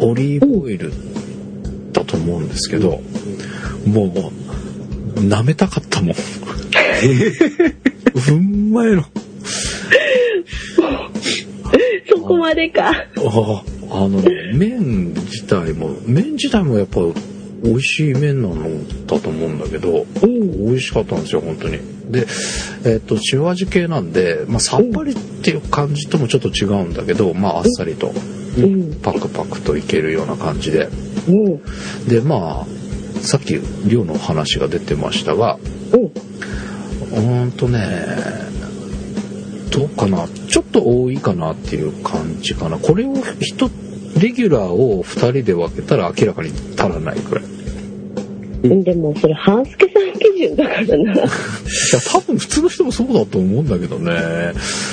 オリーブオイルだと思うんですけどもうもう舐めたかったもん うんまいのそこまでか。あああのね麺自体も麺自体もやっぱ美味しい麺なのだと思うんだけどうん。美味しかったんですよ本当にで、えっと塩味系なんで、まあ、さっぱりっていう感じともちょっと違うんだけど、まあ、あっさりとうん。パクパクといけるような感じでうん。でまあさっき量の話が出てましたがうん。うーんとねどうかなちょっと多いかなっていう感じかなこれを一レギュラーを2人で分けたら明らかに足らないくらいいでもそれ半助さん基準だからな。や多分普通の人もそうだと思うんだけどね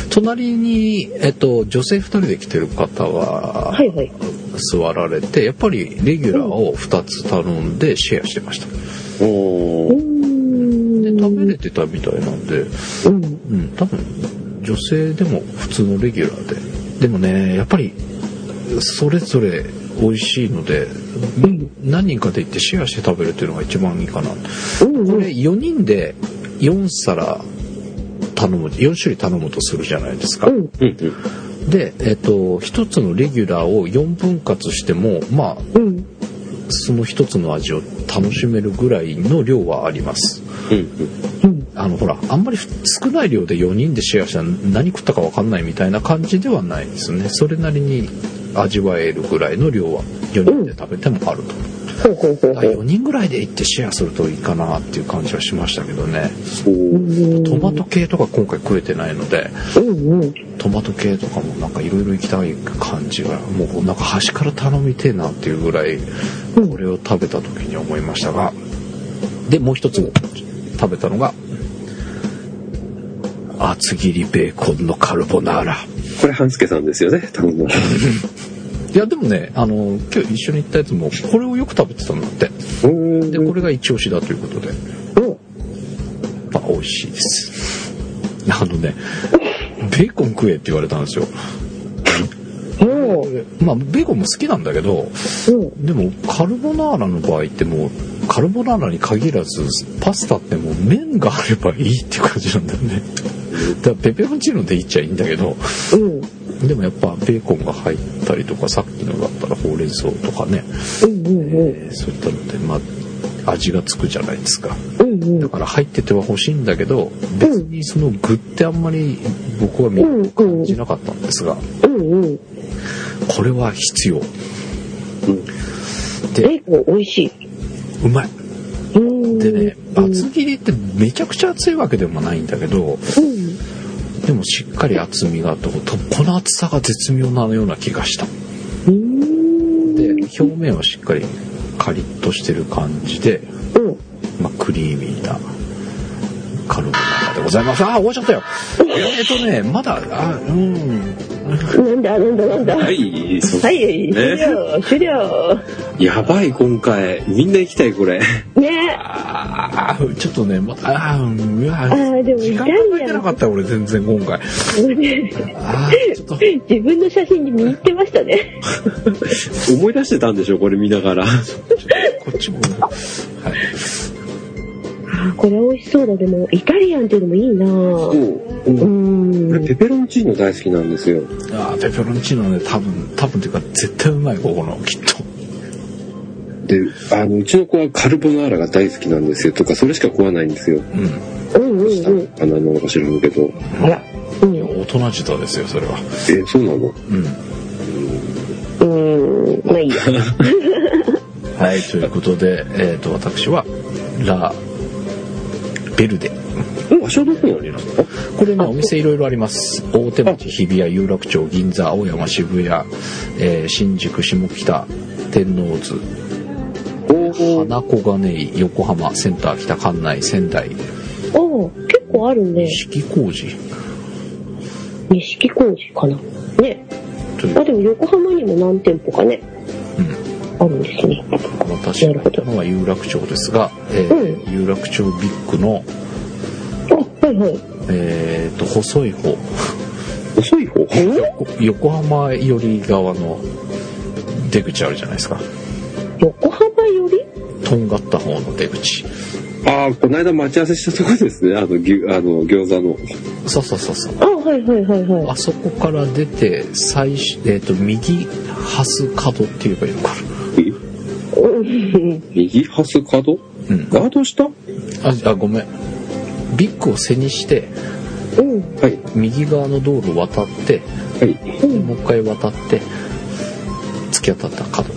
隣に、えっと、女性2人で来てる方ははいはい。座られてやっぱりレギュラーを2つ頼んでシェアしてましたうおー。ん。で食べれてたみたいなんでうん。うん、多分女性でも普通のレギュラーででもねやっぱりそれぞれ美味しいので、何人かで行ってシェアして食べるっていうのが一番いいかなこうんうん。れ4人で4皿頼む4種類頼むとするじゃないですか、うん。うんうん。で、えっと1つのレギュラーを4分割してもまあうん。その1つの味を楽しめるぐらいの量はありますうんうん。あのほらあんまり少ない量で4人でシェアしたら何食ったか分かんないみたいな感じではないですねそれなりに味わえるぐらいの量は4人で食べてもあると、ほうほうほうだかほらう4。人ぐらいで行ってシェアするといいかなっていう感じはしましたけどねうん。おー。トマト系とか今回食えてないのでうんうん。トマト系とかもなんかいろいろ行きたい感じがもうなんか端から頼みてえなっていうぐらいうんこれを食べた時に思いましたがでもう一つ食べたのが厚切りベーコンのカルボナーラこれ、半助さんですよね、頼んだの。いやでもねあの今日一緒に行ったやつもこれをよく食べてたんだってうでこれが一押しだということでうん。まあ美味しいですあのねベーコン食えって言われたんですよほまあベーコンも好きなんだけどう。うん。でもカルボナーラの場合ってもうカルボナーラに限らずパスタってもう麺があればいいっていう感じなんだよねだからペペロンチーノでいっちゃいいんだけどうん。でもやっぱベーコンが入ったりとかさっきのだったらほうれん草とかね、うんうんうん。えーそういったのでまあ味がつくじゃないですかうんうだん。から入ってては欲しいんだけど別にその具ってあんまり僕は見うんうん感じなかったんですがうんうん。これは必要うんベーコン美味しい。うまいうん。でね厚切りってめちゃくちゃ厚いわけでもないんだけどうん。でもしっかり厚みがあってここの厚さが絶妙なような気がしたうん。で表面はしっかりカリッとしてる感じで、うん。まあ、クリーミーなカルボナーラでございますああ終わっちゃったよえっ、とねまだあうんなんだなんだなんだ。ははい、い、そう終了、終了。やばい、今回。みんな行きたい、これ。ねああちょっとねまああうんうわあーでも時間考えてなかった俺全然今回ああちょっと自分の写真に見入ってましたね。思い出してたんでしょ、これ見ながら。こっちも、はい、あこれ美味しそうだ。でも、イタリアンっていうのもいいなそうぁ。ううんこれん。ペペロンチーノ大好きなんですよ。ああペペロンチーノね多分多分っていうか絶対うまいここのきっとで、あの、うちの子はカルボナーラが大好きなんですよ。とか、それしか食わないんですよ。うんうんうあんうん。の、なのか知らんけど。あら。うん。う大人舌ですよそれはえ、そうなのうんーん。まあいいや。はいということでえっ、と私はラ・ベルデ場所どこにありなのこれねお店い ろいろあります大手町日比谷有楽町銀座青山渋谷、えー新宿下北天王洲おー花小金井横浜センター北館内仙台おー結構あるね。式工事錦工事かな。ね。というあ、でも横浜にも何店舗かね。あるんですね。私が行ったのは有楽町ですが、えーう有楽町ビッグの、あ、はいはい。えー、と細い方遅い方横横浜寄り側の出口あるじゃないですか横浜よりとんがった方の出口ああ、この間待ち合わせしたとこですね。あの、ぎゅあの餃子の。そうそうそうそうあ、はいはいはいはい。あそこから出て最初、えー、と右端角って言えばいいのかうん右端角なうんガード下はああごめんビッグを背にしてうん。い。右側の道路渡ってはい。うでん。もう一回渡って突き当たった角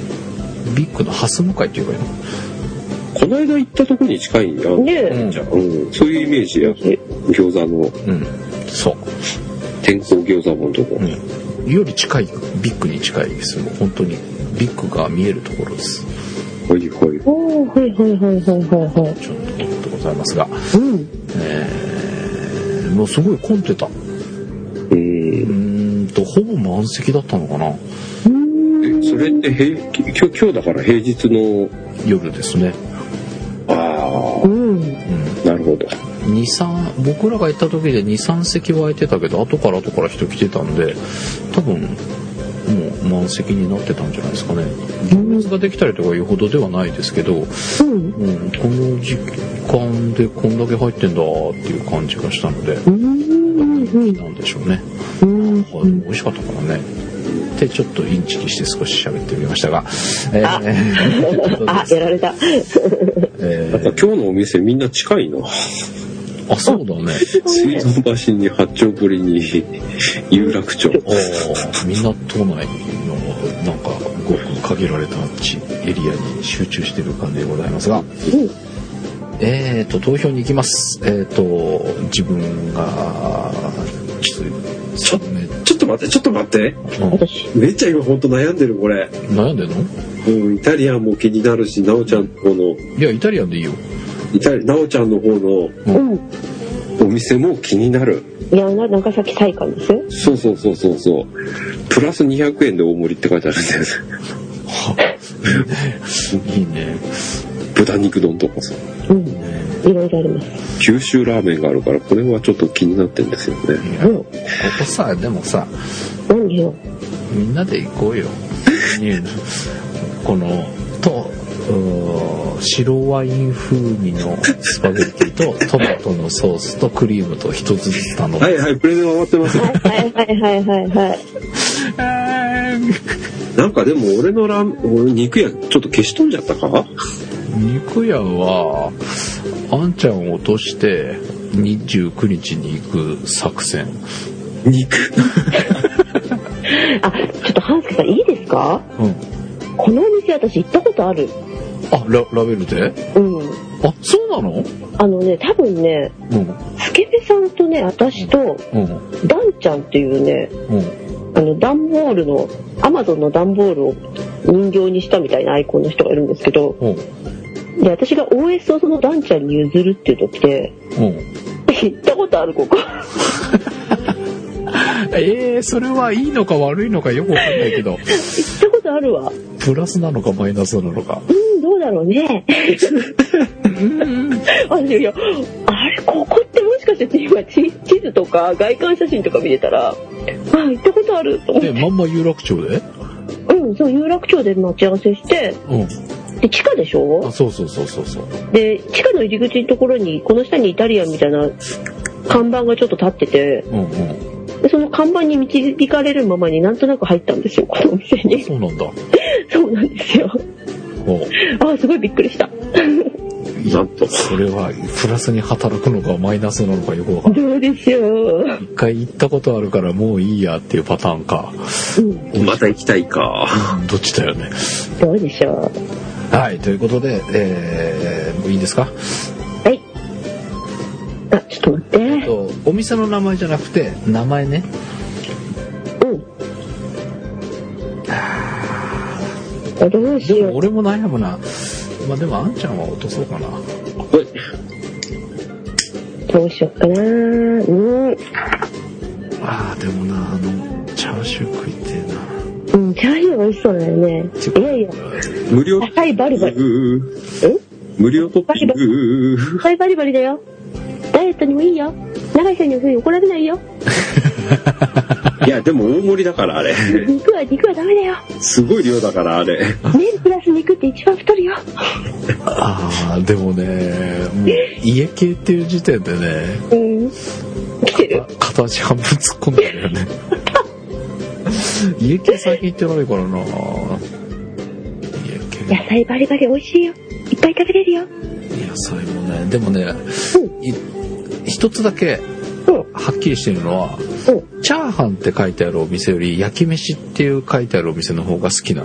ビッグのハス向かいっていうかいいのこの間行ったとこに近いんや。ねえ。うんじゃあうん、そういうイメージや。餃子のうんそう、天候餃子のとこ。うん、より近いビッグに近いですもう本当にビッグが見えるところですはいはい。おおはいはいはいはいはいはい。ちょっとでございますが、うん。えー、もうすごい混んでたううん。ーんとほぼ満席だったのかなえそれって平き今日今日だから平日の夜ですね、あうん。うあなるほどん、23僕らが行った時で23席は空いてたけど後から後から人来てたんで多分もう満席になってたんじゃないですかね行列ができたりとかいうほどではないですけど、うん。うん、この時間でこんだけ入ってんだっていう感じがしたので、うん。うん。なんでしょうね、うん。はい、美味しかったからねでちょっとインチキして少し喋ってみましたが、えーあということで あ、やられた。えなんかー今日のお店みんな近いなあそうだね水道橋に八丁堀に 有楽町あーみんな都内のなんかごく限られた地エリアに集中してる感じでございますがうんえー、と投票に行きますえっ、と自分がちょっとちょちょっと待ってちょっと待ってうん私。めっちゃ今本当悩んでるこれ悩んでんのもうイタリアンも気になるし奈緒ちゃんの方のいやイタリアンでいいよイタリ奈緒ちゃんの方のうん。お店も気になるいや、な、長崎菜館ですよ。そうそうそうそうそうプラス200円で大盛りって書いてあるんです いいね豚肉丼とかさうん。いろいろあります。九州ラーメンがあるからこれはちょっと気になってんですよねいやうこん。こさでもさ何よ。みんなで行こうよこのとうー白ワイン風味のスパゲッティとトマトのソースとクリームと一つずつ頼む、はいはい、プレゼン終わって ますよ。はいはいはいはいはい。なんかでも俺のラーメン、俺肉屋ちょっと消し飛んじゃったか肉屋はあんちゃんを落として29日に行く作戦肉。 あ、ちょっと半助さんいいですかうんこのお店私行ったことある。あララベルでうん。あ、そうなのあのね、多分ね、うん。スケベさんとね、私と、うん。ダンちゃんっていうね、うん。あの、段ボールの、アマゾンの段ボールを人形にしたみたいなアイコンの人がいるんですけど、うん。で、私が OS をそのダンちゃんに譲るっていう時で、 うん。行ったことある、ここ。ええそれはいいのか悪いのかよくわかんないけ ど、行ったことあるわ。プラスなのかマイナスなのか。うん、どうだろうね。 あいや、あれ、ここってもしかして今地地図とか外観写真とか見れたら、あ、行ったことあると思ってで、まんま有楽町でうん、そう、有楽町で待ち合わせして、うん。で、地下でしあ、ょそうそうそうそうそう。で、地下の入り口のところに、この下にイタリアンみたいな看板がちょっと立ってて、うんうん。でその看板に導かれるままになんとなく入ったんですよ、このお店 に。そうなんだ。そうなんですよ。うあ、すごいびっくりした。 ん。 なんとそれは、プラスに働くのかマイナスなのかよくわかんない。どうでしょう。一回行ったことあるからもういいやっていうパターンか。うん、また行きたいか。どっちだよね。どうでしょはい、ということで、えー、もういいですかう。はい。あ、ちょっと待って。とお店の名前じゃなくて、名前ね。うん。あどうしでよもう。俺も悩むな。まあでも、あんちゃんは落とそうかな。これどうしようかな。うん。ああ、でもな、あの、チャーシュー食いてえな。うん、チャーシューが美味しそうだよね。いやいや、無料トッ高いバリバピンリ。グ。え無料トッピング。高いバリバリだよ。ダイエットにもいいよ。長い人にはそういうの怒られないよ。 いや、でも大盛りだから、あれ。肉は、肉はダメだよ。すごい量だから、あれ。麺プラス肉って一番太るよ。ああ、でもね、もう家系っていう時点でね、うん。来てる。片足半分突っ込んでるよ ね。家系最近行ってないからな。家系。野菜バリバリ美味しいよ。いっぱい食べれるよ。 野菜もねでもね、い一つだけうん。はっきりしてるのはうん。チャーハンって書いてあるお店より焼き飯っていう書いてあるお店の方が好きな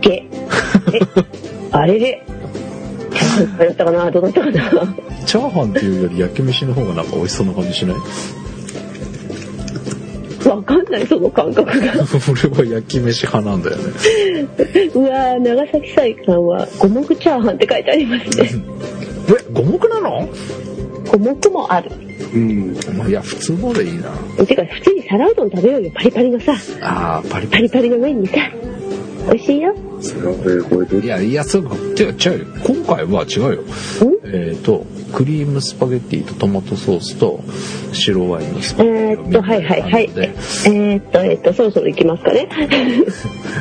げ。えあれれ。どうだったかなどうだったかなチャーハンっていうより焼き飯の方がなんか美味しそうな感じしないわかんない、その感覚が。 俺は焼き飯派なんだよねうわー長崎菜館は五目チャーハンって書いてありますね。え五目なの五目もある。うん。まあいや普通のでいいなてか、普通に皿うどん食べようよ。パリパリのさ、あーパリパパリリパリの麺にさ。美味しいよ。それはこれ、これどいやいやそう違う違うよ今回は違うよえっ、とクリームスパゲッティとトマトソースと白ワインのスパゲえッティーっと、はいはいはい。えーっと、えーっと、そろそろ行きますかね。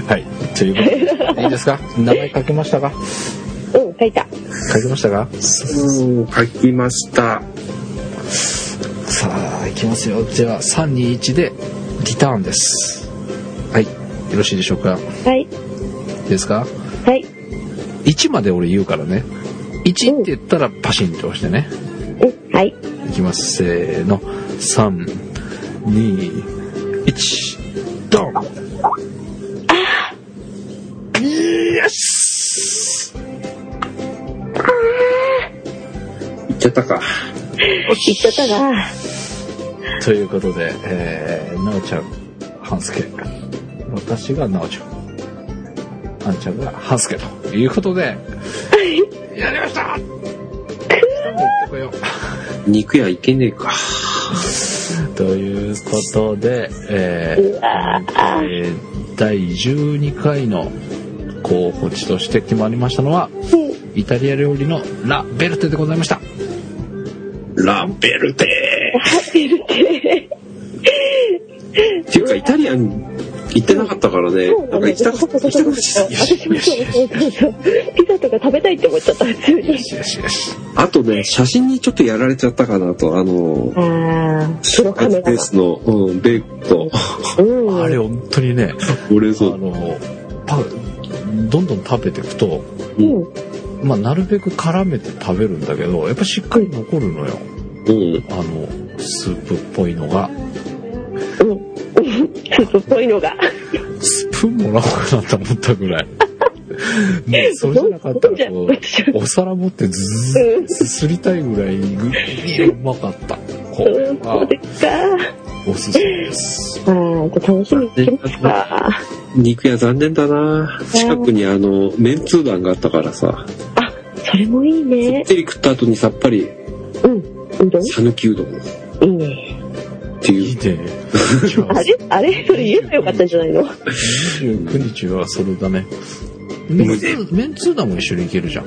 はい。という ことで、いいですか名前書けましたかうん、書いた。書けましたかうん、書きました。さあ、いきますよ。では、3、2、1で、リターンです。はい。よろしいでしょうかいはい。いですかはい。 ?1 まで俺言うからね。1って言ったらパシンと押してね。うん、はい。いきます。せーの。3、2、1、ドンイエス行っちゃったか。行っちゃったな。ということで、えー、なおちゃん、半助。私がなおちゃん。あんちゃんが半助ということで、やりました行ってこよ肉屋行けねえか。うということで、えうわーえー第12回の候補地として決まりましたのは、イタリア料理のラ・ベルテでございました。ランベルテ食べるって。っていうか、イタリアン行ってなかったからね。なんか行きたかった。行きたかった私もそうそうそうそう。ピザとか食べたいって思っちゃった、普通に。しよしよし。あとね、写真にちょっとやられちゃったかなと、あの、ああ、スペ黒カメラーが。スの、うん、ベッド。うん。あれ、本当にね、俺あそう。の、パどんどん食べていくと、うん。まあ、なるべく絡めて食べるんだけどやっぱしっかり残るのようん。あのスープっぽいのがうん。スープっぽいのが。 スプーンもらおうかなと思ったぐらいねそれじゃなかったらこう、お皿持ってずーっとすすりたいぐらいグリーンうまかった。これうん、そうはですか。おすすめです。はい、じゃあ楽しみにしてますか。肉屋残念だな近くにあの、メンツー団があったからさ、あ、それもいいこっね。てり食った後にさっぱり、うん、うどんさぬきうどんっいいね。ていい。いうね。じゃああれあれそれ言えばよかったんじゃないの29日はそれだね。メンツメンツーダも一緒に行けるじゃん。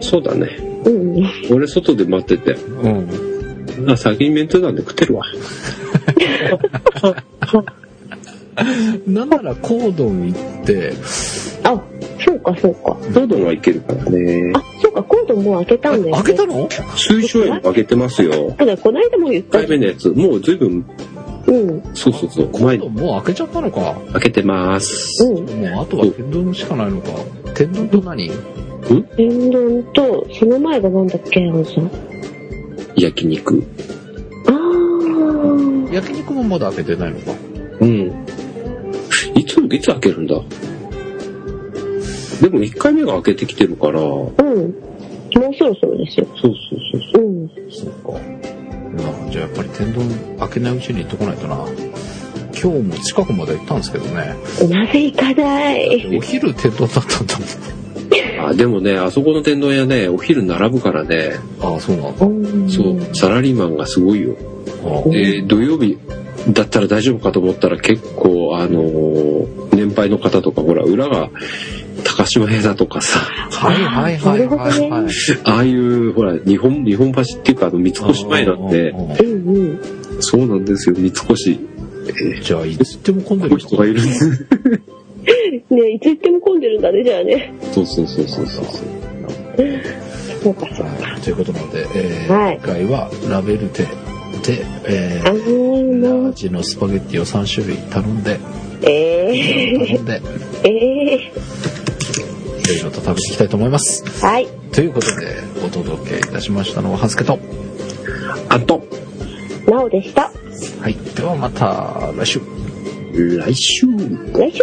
そうだね。うん。うん俺外で待ってて、うん。あ、先にメンツー団で食ってるわ。なんならコードン行って、あ、そうかそうか。ソードンはいけるからね。あ、そうか、今度もう開けたんだよ、ね。開けたの推奨園もあげてますよ。ただ、こないだも言っ1た回。目のやつ、もう随分、うん、うん。そうそうそう、コ前ーにドンもう開けちゃったのか。開けてます。もうあとは天丼しかないのか。天丼と何天丼と、その前がなんだっけ、あのさん。焼肉。あー。焼肉もまだ開けてないのか。うん。いつ、いつ開けるんだでも1回目が開けてきてるから、そうん。もうそろそろですよ。うそうそうそうん。そうか。いやじゃあやっぱり天丼開けないうちに行っとかないとな。今日も近くまで行ったんですけどね。なぜ行かないお昼天丼だったんだう。あ、でもね、あそこの天丼屋ね、お昼並ぶからね、もん。ああ、そうなんだ。うんそう、サラリーマンがすごいよ。あうんで、土曜日だったら大丈夫かと思ったら結構、あのー年配の方とか、ほら、裏が、高島屋だとかさ、 はいはいはいはいはい。ああいう、ほら、日本、日本橋っていうか、あの、三越前なんで、ああああうんうん。そうなんですよ、三越。じゃあ、いつ行っても混んでこのる人がいるんです。ねいつ行っても混んでるんだね、じゃあね。そうそうそうそうそう。そうか、そうか。はいということなので、えーはい今回はラベルテで、えあーー、ラもーう、ジのスパゲッティを3種類頼んで、えー、頼んで、えいろいろと食べていきたいと思います。ー、はい。ということで、お届けいたしましたのは、はずけと。あと、なおでした。はい。ではまた来週。来週来週